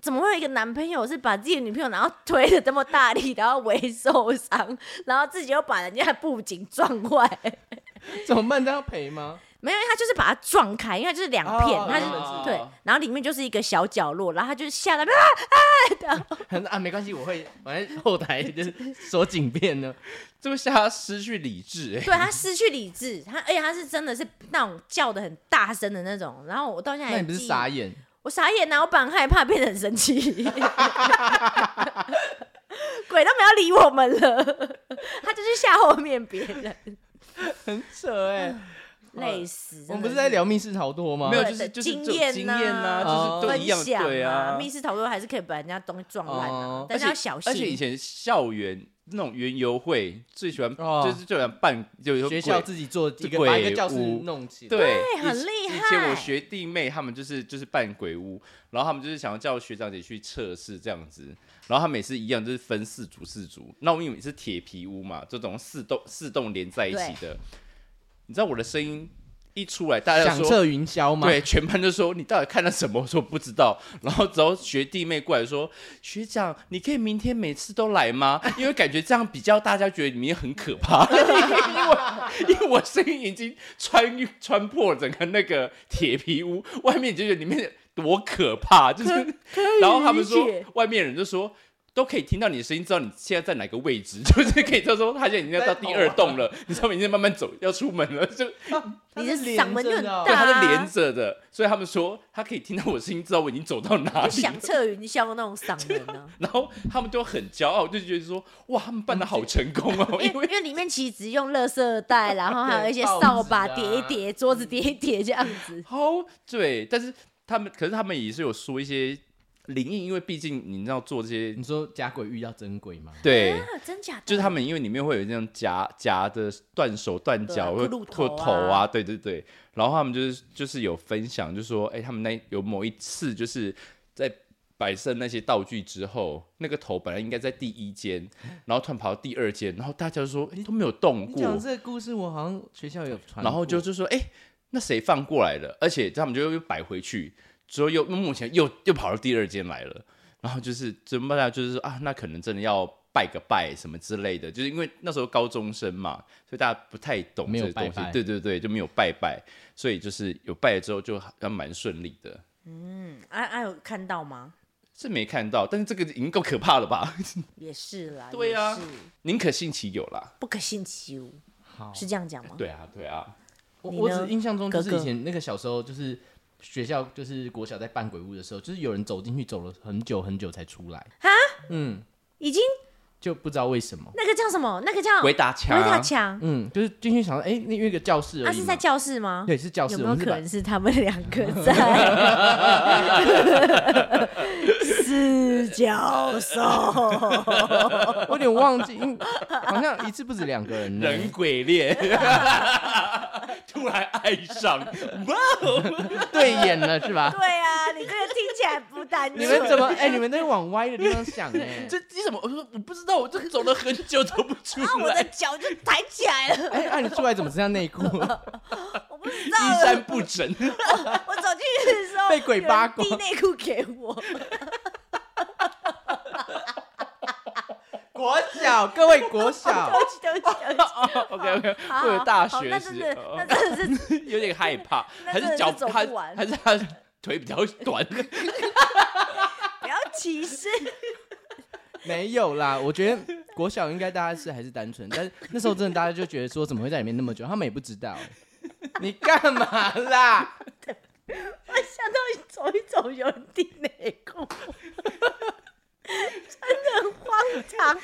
Speaker 2: 怎么会有一个男朋友是把自己的女朋友然后推的这么大力，然后围受伤，然后自己又把人家的布景撞坏，
Speaker 3: 怎么办？这要赔吗？
Speaker 2: 没有，因为他就是把它撞开，因为它就是两片，
Speaker 3: 哦
Speaker 2: 他就、
Speaker 1: 哦
Speaker 2: 对，然后里面就是一个小角落，然后他就 吓得啊，
Speaker 3: 他说啊，没关系，我会，反正后台就是手紧变呢。
Speaker 1: 这会吓他失去理智哎、
Speaker 2: 对他失去理智，他而且他是真的是那种叫的很大声的那种，然后我到现在
Speaker 3: 那
Speaker 2: 还
Speaker 3: 你不是
Speaker 2: 记忆
Speaker 3: 傻眼？
Speaker 2: 我傻眼啊！我本来害怕变得很生气， 鬼都没有理我们了，他就去吓后面别人，
Speaker 3: 很扯哎、
Speaker 2: 累死。
Speaker 3: 我
Speaker 2: 真的
Speaker 3: 们不是在聊密室逃脱吗？
Speaker 1: 没有，
Speaker 2: 对
Speaker 1: 就是
Speaker 2: 的
Speaker 1: 就是
Speaker 2: 经
Speaker 1: 这种
Speaker 2: 验
Speaker 1: 经
Speaker 2: 呐
Speaker 1: 验呐、
Speaker 3: 哦
Speaker 1: 就是都一样
Speaker 2: 分，享
Speaker 1: 对啊。
Speaker 2: 密室逃脱还是可以把人家东西撞烂啊
Speaker 3: 哦，
Speaker 2: 但是
Speaker 1: 而
Speaker 2: 要
Speaker 1: 且
Speaker 2: 小
Speaker 1: 而且以
Speaker 2: 心。
Speaker 1: 前校园那种园游会最喜欢，
Speaker 3: 哦
Speaker 1: 就是最喜欢办，就是说
Speaker 3: 学校
Speaker 1: 鬼
Speaker 3: 自己做一
Speaker 1: 这
Speaker 3: 个
Speaker 1: 鬼
Speaker 3: 把一个教室
Speaker 1: 屋
Speaker 3: 弄起来。
Speaker 1: 对，
Speaker 2: 对
Speaker 1: 以
Speaker 2: 很
Speaker 1: 前
Speaker 2: 厉
Speaker 1: 以前我
Speaker 2: 害
Speaker 1: 学弟妹他们就是就是扮鬼屋，然后他们就是想要叫学长姐去测试这样子，然后他们也是一样，就是分四组四组。那我们因为也是铁皮屋嘛，这种四栋四栋连在一起的，你知道我的声音一出来，大家
Speaker 3: 响
Speaker 1: 就说。
Speaker 3: 彻云霄嘛。
Speaker 1: 对，全班就说你到底看了什么？我说不知道。然后只要学弟妹过来说，学长，你可以明天每次都来吗？因为感觉这样比较，大家觉得你很可怕， 因为因为我声音已经穿越穿破整个那个铁皮屋，外面你就觉得里面多可怕，就是。然后他们说
Speaker 2: 理解，
Speaker 1: 外面人就说。都可以听到你的声音，知道你现在在哪个位置， 就是可以就说他现在啊已经要到第二栋了，你知道吗？已经慢慢走要出门了， 就
Speaker 3: 它
Speaker 2: 你
Speaker 3: 是
Speaker 2: 的
Speaker 3: 连
Speaker 2: 嗓门就
Speaker 3: 着
Speaker 2: 很
Speaker 3: 的哦
Speaker 1: 对，
Speaker 2: 大
Speaker 1: 它是连着的，所以他们说他可以听到我声音，知道我已经走到哪
Speaker 2: 就
Speaker 1: 里
Speaker 2: 响
Speaker 1: 了。
Speaker 2: 彻云霄那 种嗓门啊呢、
Speaker 1: 然后他们都很骄傲，就觉得说哇，他们办的好成功哦，因
Speaker 2: 因为因
Speaker 1: 为
Speaker 2: 为里面其实只用垃圾袋，然后还有一些
Speaker 3: 对报纸
Speaker 2: 扫把
Speaker 3: 啊
Speaker 2: 叠一叠，桌子叠一叠这样子。
Speaker 1: 好对，但是他们可是他们也是有说一些灵异，因为毕竟你知道做这些
Speaker 3: 你说假鬼遇到真鬼吗？
Speaker 1: 对。
Speaker 2: 啊，真假的？
Speaker 1: 就是他们，因为里面会有这样夹夹的断手断脚，或
Speaker 2: 对啊骷髅
Speaker 1: 或
Speaker 2: 头啊
Speaker 1: 头啊，对对对。然后他们就是就是有分享，就说，哎、他们那有某一次就是在摆设那些道具之后，那个头本来应该在第一间，然后突然跑到第二间，然后大家就说，哎、都没有动
Speaker 3: 你
Speaker 1: 过。
Speaker 3: 讲这个故事，我好像学校有传过，
Speaker 1: 然后就就说，哎、那谁放过来了？而且他们就又摆回去，之后又目前又又跑到第二间来了。然后就是怎么办？就是说啊，那可能真的要拜个拜什么之类的，就是因为那时候高中生嘛，所以大家不太懂
Speaker 3: 没有
Speaker 1: 这个东西。
Speaker 3: 拜拜
Speaker 1: 对对对，就没有拜拜，所以就是有拜了之后就还蛮顺利的。
Speaker 2: 啊啊有看到吗？
Speaker 1: 是没看到，但是这个已经够可怕了吧？
Speaker 2: 也是啦，
Speaker 1: 对啊
Speaker 2: 也是
Speaker 1: 宁可信其有啦。
Speaker 2: 不可信其无，
Speaker 3: 好，
Speaker 2: 是这样讲吗？
Speaker 3: 哦
Speaker 1: 对啊，对啊，
Speaker 3: 我
Speaker 2: 你
Speaker 3: 我
Speaker 2: 呢
Speaker 3: 只印象中就是
Speaker 2: 哥哥
Speaker 3: 以前那个小时候就是。学校就是国小在办鬼屋的时候，就是有人走进去走了很久很久才出 来，
Speaker 2: 哈，
Speaker 3: 嗯，
Speaker 2: 已经
Speaker 3: 就不知道为什么，
Speaker 2: 那个叫什么？那个叫
Speaker 1: 鬼打墙，
Speaker 2: 哦鬼打墙，
Speaker 3: 嗯，就是进去想说，哎、那因为一个教室而已嘛，
Speaker 2: 他啊是在教室吗？
Speaker 3: 对，是教室，
Speaker 2: 有没
Speaker 3: 我
Speaker 2: 有
Speaker 3: 们
Speaker 2: 可
Speaker 3: 是把
Speaker 2: 能是他们两个 在四教授？
Speaker 3: 我有点忘记，因 好像一次不止两个人呢。
Speaker 1: 人鬼 恋， 突然爱上，哇哦！
Speaker 3: 对眼了是 吧？
Speaker 2: 对啊，你这个听起来不单纯。
Speaker 3: 你们怎么？哎、你们在往歪的地方想 哎、
Speaker 1: 这你怎么？我说我不知道，我这走了很久走不出
Speaker 2: 啊，我的
Speaker 1: 来，
Speaker 2: 脚就抬起来 了，
Speaker 3: 哎，啊，你出来怎么只剩下内 裤？
Speaker 2: 我不知
Speaker 1: 衣
Speaker 2: 道
Speaker 1: 衫不整。
Speaker 2: 了。我走进去的时候，
Speaker 3: 被鬼扒光
Speaker 2: 有人递内裤给我，
Speaker 3: 国小，各位国小，
Speaker 2: 对不起，对不起，对不起。
Speaker 1: OK OK，
Speaker 2: 好
Speaker 1: 为了大
Speaker 2: 好
Speaker 1: 学
Speaker 2: 那真
Speaker 1: 时
Speaker 2: 的，
Speaker 1: 哦
Speaker 2: 那真的是
Speaker 1: 有点害怕，
Speaker 2: 那
Speaker 1: 还
Speaker 2: 真的
Speaker 1: 是脚
Speaker 2: 是走不
Speaker 1: 还
Speaker 2: 完
Speaker 1: 还是他 腿比较 短，
Speaker 2: 不要歧视。
Speaker 3: 没有啦。我觉得国小应该大家是还是单纯，但是那时候真的大家就觉得说，怎么会在里面那么久？他们也不知 道、哎你干嘛啦？
Speaker 2: 我想到你走一走，有人递内裤，真的很荒唐。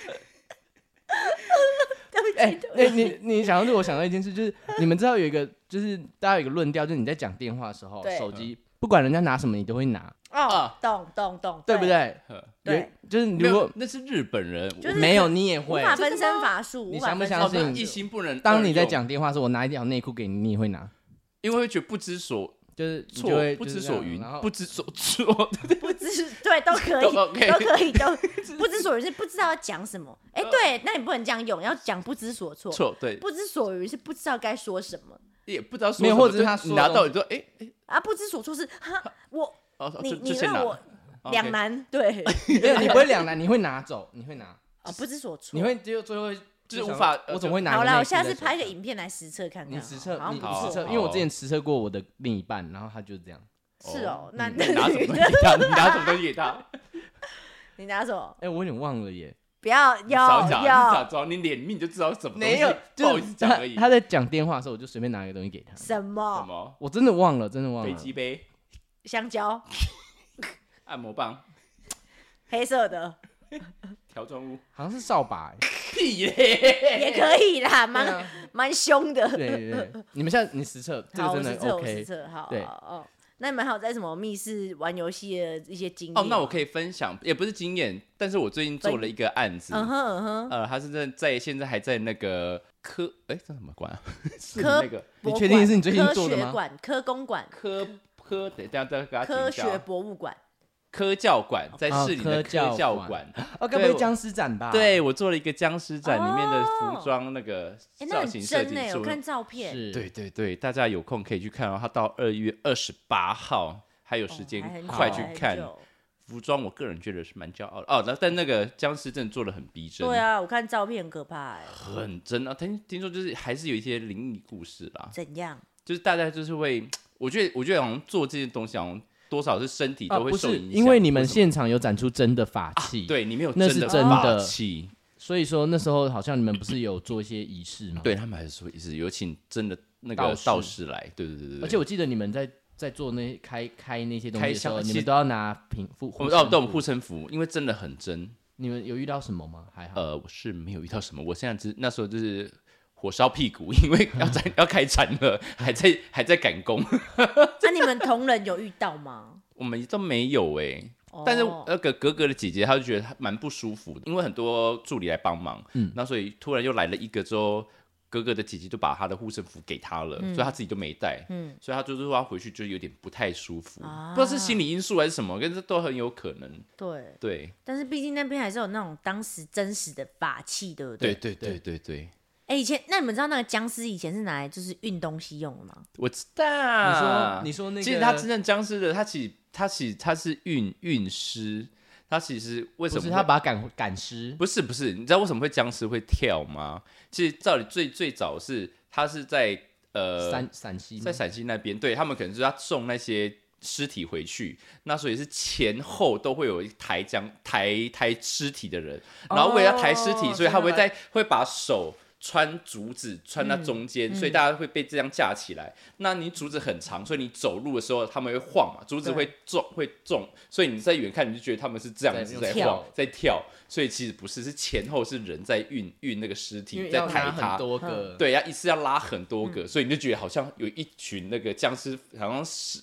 Speaker 2: 对不起，
Speaker 3: 哎、
Speaker 2: 对不
Speaker 3: 哎、
Speaker 2: 起，
Speaker 3: 你你想到这，我想到一件事，就是你们知道有一个，就是大家有一个论调，就是你在讲电话的时候，
Speaker 2: 对
Speaker 3: 手机不管人家拿什么，你都会拿，
Speaker 2: 哦，懂懂懂，
Speaker 3: 对不？对？
Speaker 2: 对
Speaker 3: 有，就是
Speaker 1: 呃没
Speaker 3: 如
Speaker 1: 有
Speaker 3: 果，
Speaker 1: 那是日本人，
Speaker 2: 就
Speaker 1: 我
Speaker 2: 是
Speaker 3: 没有你也
Speaker 2: 无
Speaker 3: 会。
Speaker 2: 法分身乏术，
Speaker 3: 你
Speaker 2: 无法
Speaker 3: 相不
Speaker 2: 分身
Speaker 3: 相信
Speaker 2: 乏
Speaker 1: 哦
Speaker 2: 术
Speaker 1: 一心不能。
Speaker 3: 当你在，讲电话的时候，我拿一条内裤给你，你也会拿，
Speaker 1: 因为会觉得不知所
Speaker 3: 就是你
Speaker 1: 措
Speaker 3: 就会、、
Speaker 1: 不
Speaker 3: 就是
Speaker 1: 知
Speaker 3: 这样
Speaker 1: 所云
Speaker 3: 然、后
Speaker 1: 不知所措。
Speaker 2: 不知对都可以，
Speaker 1: 都 OK
Speaker 2: 都可以，都不知所云是不知道要讲什么。 哎，对，那你不能这样用，要讲不知所措。
Speaker 1: 错对，
Speaker 2: 不知所云是不知道该说什么。
Speaker 1: 也不知道说
Speaker 3: 没有
Speaker 1: 什么
Speaker 3: 或者是
Speaker 1: 就
Speaker 3: 他说的
Speaker 1: 拿到
Speaker 3: 东
Speaker 1: 你说哎哎
Speaker 2: 啊，不知所措是哈，我
Speaker 1: 哦哦
Speaker 2: 你
Speaker 1: 就就
Speaker 2: 你
Speaker 1: 先拿
Speaker 2: 让我
Speaker 1: ，OK
Speaker 2: 两难，对
Speaker 3: 没有，你不会两难，你会拿走，你会拿，
Speaker 2: 啊，不知所措。
Speaker 3: 你会就最后会
Speaker 1: 就是
Speaker 3: 想
Speaker 1: 无法
Speaker 3: 我总会拿。
Speaker 2: 好啦，我下次拍个，影片来实测看看。
Speaker 3: 你实测
Speaker 2: 好，像
Speaker 3: 你
Speaker 2: 不
Speaker 1: 好
Speaker 3: 实测，
Speaker 2: 错
Speaker 3: 因为我之前实测过我的另一半，然后他就是这样，
Speaker 2: 是哦，那
Speaker 3: 嗯
Speaker 1: 你
Speaker 2: 那个
Speaker 1: 拿什么
Speaker 2: 女
Speaker 1: 东西
Speaker 2: 的，
Speaker 1: 给他？你拿什么东西给 他？
Speaker 2: 你拿什么？
Speaker 3: 哎，我有点忘了耶。
Speaker 2: 不要，
Speaker 1: 你少
Speaker 2: 要
Speaker 1: 讲，你
Speaker 2: 要
Speaker 1: 少装，你脸面就知道什么东西
Speaker 3: 没有，
Speaker 1: 不好
Speaker 3: 就
Speaker 1: 意
Speaker 3: 是
Speaker 1: 思讲
Speaker 3: 他
Speaker 1: 而已。
Speaker 3: 他在讲电话的时候，我就随便拿一个东西给他，
Speaker 2: 什
Speaker 1: 什
Speaker 2: 么？
Speaker 1: 么
Speaker 3: 我真的忘了，真的忘
Speaker 1: 飞
Speaker 3: 了。
Speaker 1: 机杯、
Speaker 2: 香蕉，
Speaker 1: 按摩棒、
Speaker 2: 黑 色的
Speaker 1: 条状 物，
Speaker 3: 好像是扫把欸。
Speaker 1: 屁嘞！
Speaker 2: 也可以啦， 蛮
Speaker 3: 对啊
Speaker 2: 蛮凶的。
Speaker 3: 对对对，你们现在你实测，这
Speaker 2: 好，
Speaker 3: 个
Speaker 2: 我
Speaker 3: 真
Speaker 2: 实
Speaker 3: 的
Speaker 2: 测，我实
Speaker 3: OK。
Speaker 2: 测，好，
Speaker 3: 对
Speaker 2: 好哦。那你们还有在什么密室玩游戏的一些经历？
Speaker 1: 哦，那我可以分享，也不是经验，但是我最近做了一个案子，
Speaker 2: 嗯哼嗯
Speaker 3: 啊
Speaker 2: 哼，
Speaker 1: 呃，他是在在现在还在那个科，哎、这怎么 管啊？是
Speaker 2: 科
Speaker 1: 那个
Speaker 3: 你
Speaker 2: 博
Speaker 3: 确定
Speaker 2: 馆
Speaker 3: 是你最近做的
Speaker 2: 科
Speaker 3: 吗
Speaker 2: 学馆、科工馆、
Speaker 1: 科科，等一下再给他停
Speaker 2: 科
Speaker 1: 一下
Speaker 2: 学
Speaker 1: 啊。
Speaker 2: 博物馆。
Speaker 1: 科教馆在
Speaker 3: 哦
Speaker 1: 市里的
Speaker 3: 科教
Speaker 1: 教
Speaker 3: 馆
Speaker 1: 馆，
Speaker 3: 哦，该不
Speaker 1: 对
Speaker 3: 会
Speaker 1: 我
Speaker 3: 僵尸展吧？
Speaker 1: 对我做了一个僵尸展里面的
Speaker 2: 哦
Speaker 1: 服装那个
Speaker 2: 哎，那
Speaker 1: 造
Speaker 2: 很
Speaker 1: 型设
Speaker 2: 真
Speaker 1: 计
Speaker 2: 呢，
Speaker 1: 是
Speaker 2: 我
Speaker 1: 我
Speaker 2: 看照片。
Speaker 3: 是，
Speaker 1: 对对对，大家有空可以去看哦。他到二月二十八号还有
Speaker 2: 哦
Speaker 1: 时间
Speaker 2: 还很，久
Speaker 1: 快
Speaker 2: 还
Speaker 1: 去
Speaker 2: 很
Speaker 1: 看。
Speaker 2: 久
Speaker 1: 服装我个人觉得是蛮骄傲的哦，那但那个僵尸真的做的很逼真，
Speaker 2: 对啊，我看照片很可怕哎，
Speaker 1: 很真啊。听听说就是还是有一些灵异故事啦，
Speaker 2: 怎样？
Speaker 1: 就是大家就是会，我觉得我觉得好像做这些东西好像多少是身体
Speaker 3: 啊，
Speaker 1: 都会
Speaker 3: 不
Speaker 1: 受
Speaker 3: 是，
Speaker 1: 影响，
Speaker 3: 因为你们
Speaker 1: 或什么
Speaker 3: 现场有展出真的法器，，
Speaker 1: 对你没有
Speaker 3: 那
Speaker 1: 真
Speaker 3: 是
Speaker 1: 的
Speaker 3: 真
Speaker 1: 法
Speaker 3: 的
Speaker 1: 器，
Speaker 3: 所以说那时候好像你们不是有做一些仪式吗？，
Speaker 1: 对他们还是说是有请真的那
Speaker 3: 道
Speaker 1: 个
Speaker 3: 士
Speaker 1: 道士来，对对对对，对
Speaker 3: 而且我记得你们在在做那些开开那些东西的时候，
Speaker 1: 开箱
Speaker 3: 你
Speaker 1: 其
Speaker 3: 们
Speaker 1: 实
Speaker 3: 都要拿平护
Speaker 1: 我
Speaker 3: 护
Speaker 1: 们
Speaker 3: 身
Speaker 1: 哦，对，我们
Speaker 3: 符
Speaker 1: 护身符，因为真的很真，
Speaker 3: 你们有遇到什么吗？还好，
Speaker 1: 呃，我是没有遇到什么，我现在只那时候就是火烧屁股，因为要展要开展了，还在还在赶工，
Speaker 2: 那啊你们同仁有遇到吗？
Speaker 1: 我们都没有哎、 但是
Speaker 2: 哦
Speaker 1: 那个格格的姐姐，她就觉得她蛮不舒服的，因为很多助理来帮忙，嗯，那所以突然又来了一个之后，格格的姐姐就把她的护身符给她了，所以她自己都没带，嗯，所以她就是说她回去就有点不太舒服，
Speaker 2: 啊
Speaker 1: 不知道是心理因素还是什么，跟这都很有可能，
Speaker 2: 对，
Speaker 1: 对，
Speaker 2: 但是毕竟那边还是有那种当时真实的法器，对不
Speaker 1: 对
Speaker 2: 对？
Speaker 1: 对对对对，
Speaker 2: 哎，以前那你们知道那个僵尸以前是拿来就是运东西用的吗？
Speaker 1: 我知道，
Speaker 3: 你说你说那个
Speaker 1: 其实他真正僵尸的，他其实他其实他是运运尸，他其实为什
Speaker 3: 不
Speaker 1: 么
Speaker 3: 是
Speaker 1: 会
Speaker 3: 他把它赶赶尸，
Speaker 1: 不是不是，你知道为什么会僵尸会跳吗？其实照理最最早是他是在呃
Speaker 3: 陕陕西吗
Speaker 1: 在陕西那边，对他们可能是要送那些尸体回去，那所以是前后都会有一抬将抬抬尸体的人，然后为了抬尸体，
Speaker 3: 哦
Speaker 1: 所以他会
Speaker 3: 所以
Speaker 1: 在会把手。穿竹子穿到中间，
Speaker 3: 嗯
Speaker 1: 所以大家会被这样架起来。那你竹子很长，所以你走路的时候他们会晃嘛，竹子
Speaker 2: 对
Speaker 1: 会重会重，所以你在远看你就觉得他们是这样
Speaker 3: 在
Speaker 1: 子
Speaker 3: 用
Speaker 1: 在
Speaker 3: 跳
Speaker 1: 晃在跳，所以其实不是，是前后是人在运运那个尸
Speaker 3: 因
Speaker 1: 体
Speaker 3: 为
Speaker 1: 在
Speaker 3: 要
Speaker 1: 抬
Speaker 3: 拿
Speaker 1: 它
Speaker 3: 很，多个，，
Speaker 1: 对，要一次要拉很多
Speaker 2: 嗯
Speaker 1: 个，所以你就觉得好像有一群那个僵尸，好像使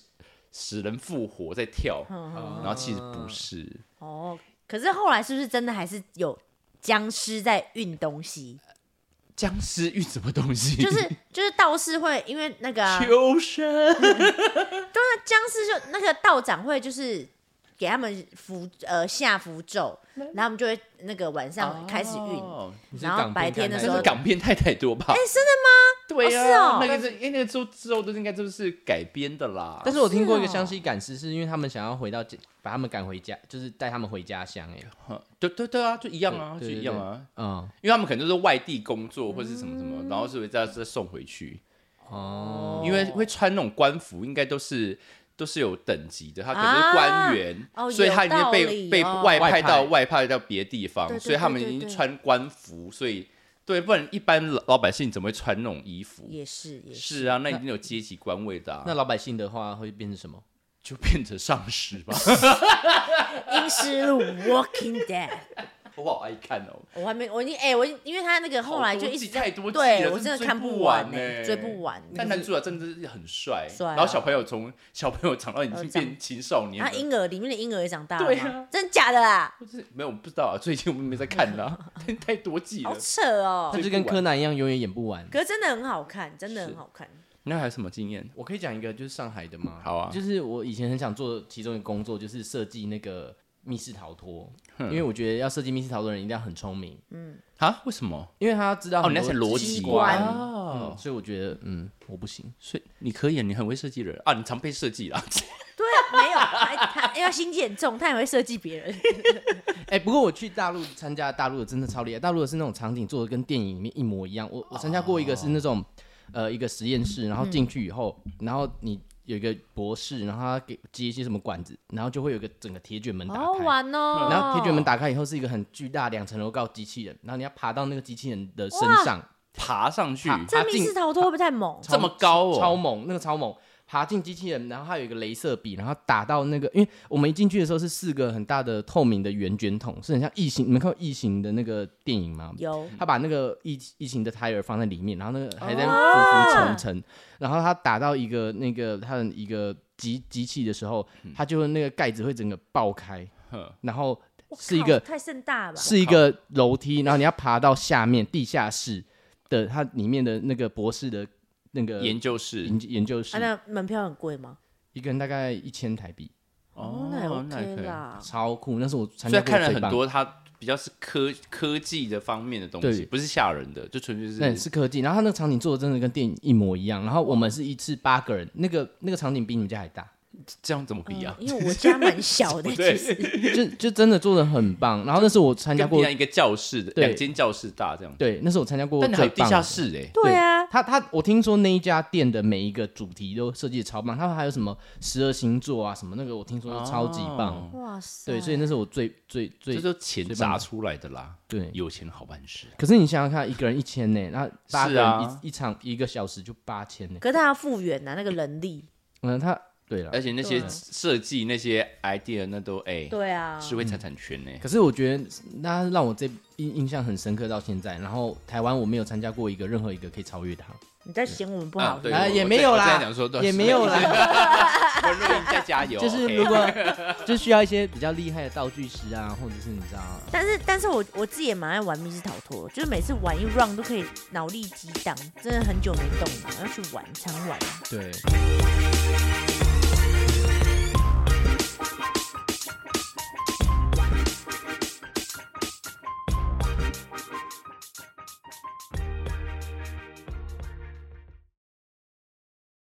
Speaker 1: 使人复活在跳，
Speaker 2: 嗯
Speaker 3: 哦
Speaker 1: 然后其实不是，
Speaker 2: 哦，可是后来是不是真的还是有僵尸在运 东西？
Speaker 1: 僵尸运什么东西？
Speaker 2: 就是 就是道士会因为那个啊、
Speaker 1: 秋生，
Speaker 2: 那僵尸就那个道长会就是给他们符呃下符咒，然后我们就会那个晚上开始运，
Speaker 1: 嗯哦
Speaker 3: 是
Speaker 2: 然
Speaker 3: 港
Speaker 2: 后
Speaker 3: 片
Speaker 2: 白天的
Speaker 1: 那
Speaker 3: 看
Speaker 2: 时
Speaker 3: 太
Speaker 2: 候
Speaker 1: 是
Speaker 3: 多
Speaker 1: 港片太太多吧？
Speaker 2: 真的
Speaker 1: 对
Speaker 2: 哦是哦
Speaker 1: 啊，那个是因为那个之后之后都应该都是改编的啦。
Speaker 3: 但是我听过一个
Speaker 2: 是哦
Speaker 3: 湘西赶尸，是因为他们想要回到家，把他们赶回家，就是带他们回家乡，哎，
Speaker 1: 哼对对对啊，就一样啊，就
Speaker 3: 对对
Speaker 1: 一样啊，
Speaker 3: 嗯，
Speaker 1: 因为他们可能就是外地工作或是什么什
Speaker 2: 嗯
Speaker 1: 么，然后是再再送回去。
Speaker 3: 哦，
Speaker 1: 因为会穿那种官服，应该都是都是有等级的，他可能是官员，
Speaker 2: 啊哦
Speaker 1: 所以他已经
Speaker 2: 有道理
Speaker 1: 被被
Speaker 2: 哦
Speaker 1: 外派到
Speaker 3: 外派
Speaker 1: 外派到别的地方，
Speaker 2: 对对
Speaker 1: 所以他们已经穿官服，所以对，不然一般老老百姓怎么会穿那种衣服？
Speaker 2: 哦也是也是，
Speaker 1: 是啊，那一定有阶级官位的、啊，
Speaker 3: 那老百姓的话会变成什么？
Speaker 1: 就变成上士 吧。
Speaker 2: 阴尸路 Walking Dead，
Speaker 1: 我好爱看哦，
Speaker 2: 我还没我已经哎、我已经因为他那个后来就一直在
Speaker 1: 好多季太多季
Speaker 2: 对
Speaker 1: 了
Speaker 2: 我真的
Speaker 1: 追
Speaker 2: 看
Speaker 1: 不欸
Speaker 2: 完欸
Speaker 1: 呢、
Speaker 2: 追不完。
Speaker 1: 但男主角真的是很帅，
Speaker 2: 帅啊
Speaker 1: 然后小朋友从小朋友长到已
Speaker 2: 呃
Speaker 1: 经
Speaker 2: 长
Speaker 1: 变青少年
Speaker 2: 然
Speaker 1: 了
Speaker 2: 后，婴儿里面的婴儿也长大了吗，
Speaker 1: 对啊
Speaker 2: 真假的啦，
Speaker 1: 就是没有我不知道啊，最近我们没在看啦、 太太多季了
Speaker 2: 好。扯哦
Speaker 3: 他。就跟柯南一样，永远演不完。
Speaker 2: 可是真的很好看，真的很
Speaker 1: 是
Speaker 2: 好看。
Speaker 1: 那还有什么经验？
Speaker 3: 我可以讲一个，就是上海的吗？
Speaker 1: 好啊
Speaker 3: 就是我以前很想做其中一个工作，就是设计那个密室逃脱，因为我觉得要设计密室逃脱的人一定要很聪明，
Speaker 1: 啊？为什么？
Speaker 3: 因为他要知道
Speaker 1: 哦，
Speaker 3: 很
Speaker 1: 你
Speaker 3: 多
Speaker 1: 那是逻
Speaker 3: 机
Speaker 1: 辑
Speaker 3: 关，
Speaker 1: 哦
Speaker 3: 嗯，所以我觉得嗯我不行，
Speaker 1: 所以你可以，你很会设计人啊，你常被设计啦。
Speaker 2: 对啊，没有，还他因为他心机很重，他也会设计别 人。
Speaker 3: 哎、不过我去大陆参加大陆的真的超厉害，大陆的是那种场景做的跟电影里面一模一样。我我参加过一个是那种、呃一个实验室，然后进去以后，然后你有一个博士，然后他给接一些什么管子，然后就会有一个整个铁卷门打开。
Speaker 2: 好玩哦。
Speaker 3: 然后铁卷门打开以后是一个很巨大两层楼高的机器人，然后你要爬到那个机器人的身上，
Speaker 1: 爬上去
Speaker 3: 爬
Speaker 2: 这
Speaker 3: 爬
Speaker 2: 密
Speaker 3: 进
Speaker 2: 室逃脱会不会太猛？
Speaker 1: 这么高哦，
Speaker 3: 超猛，那个超猛，爬进机器人，然后它有一个镭射笔，然后打到那个，因为我们一进去的时候是四个很大的透明的圆卷筒，是很像异形，你们看过异形的那个电影吗？
Speaker 2: 有
Speaker 3: 他把那个异异形的胎儿放在里面，然后那个还在浮浮沉沉，然后他打到一个那个他的一个机机器的时候，它就那个盖子会整个爆开，
Speaker 1: 哼
Speaker 3: 然后
Speaker 2: 我靠
Speaker 3: 是一个
Speaker 2: 太盛大了吧？
Speaker 3: 是一个楼梯，然后你要爬到下面地下室的它里面的那个博士的那个
Speaker 1: 研究室
Speaker 3: 研研究室
Speaker 2: 啊，，那门票很贵吗？哦
Speaker 3: 一个人大概一千台币，
Speaker 2: 那也
Speaker 1: 哦那也
Speaker 2: OK
Speaker 1: 可以。
Speaker 2: 啦。
Speaker 3: 超酷！那是我参
Speaker 1: 虽
Speaker 3: 加
Speaker 1: 然啊看
Speaker 3: 过
Speaker 1: 了
Speaker 3: 最
Speaker 1: 很
Speaker 3: 棒。
Speaker 1: 多，它比较是科科技的方面的东西，
Speaker 3: 对
Speaker 1: 不是吓人的，就纯粹
Speaker 3: 对，
Speaker 1: 是
Speaker 3: 是科技。然后他那个场景做的真的跟电影一模一样。然后我们是一次八个人，那个那个场景比你们家还大，
Speaker 1: 这样怎么比
Speaker 2: 嗯
Speaker 1: 啊？
Speaker 2: 因为我家蛮小 的，其实
Speaker 3: 就就真的做的很棒。然后那是我参加
Speaker 1: 跟平
Speaker 3: 过
Speaker 1: 常，一个教室的
Speaker 3: 对
Speaker 1: 两间教室大这样，
Speaker 3: 对，那是我参加过
Speaker 1: 但你还
Speaker 3: 最
Speaker 1: 有地
Speaker 3: 棒
Speaker 1: 下
Speaker 3: 的。
Speaker 1: 室哎，
Speaker 2: 对啊，
Speaker 3: 他他，我听说那一家店的每一个主题都设计的超棒，他们还有什么十二星座啊什么，那个我听说超级棒。
Speaker 1: 哦，
Speaker 2: 哇塞，
Speaker 3: 对，所以那是我最最最
Speaker 1: 这就钱
Speaker 3: 最棒
Speaker 1: 砸
Speaker 3: 的
Speaker 1: 出来的啦，
Speaker 3: 对。
Speaker 1: 有钱好办事。
Speaker 3: 可是你想想看，一个人一千呢，那八个人一、
Speaker 1: 啊
Speaker 3: 一场一个小时就八千呢。
Speaker 2: 可是他要复原啊呐，那个人力。
Speaker 3: 嗯，他对了
Speaker 1: 而，且那些
Speaker 2: 对
Speaker 1: 设计、那些 idea，那都哎、
Speaker 2: 对啊，
Speaker 1: 是会财产权 呢、
Speaker 3: 可是我觉得那让我这印印象很深刻到现在。然后台湾我没有参加过一个任何一个可以超越他，
Speaker 2: 你在嫌我们不好
Speaker 1: 啊，对，
Speaker 3: 啊
Speaker 1: 我
Speaker 3: 也没有啦
Speaker 1: 我在讲说
Speaker 3: 也没有
Speaker 1: 啦，
Speaker 3: 啦。
Speaker 1: 温若英再加油，
Speaker 3: 就是
Speaker 1: 哎
Speaker 3: 如果就需要一些比较厉害的道具师啊，或者是你知道，
Speaker 2: 但是，但是我我自己也蛮爱玩密室逃脱，就是每次玩一 round 都可以脑力激荡，真的很久没动了，要去玩，常玩。
Speaker 3: 对。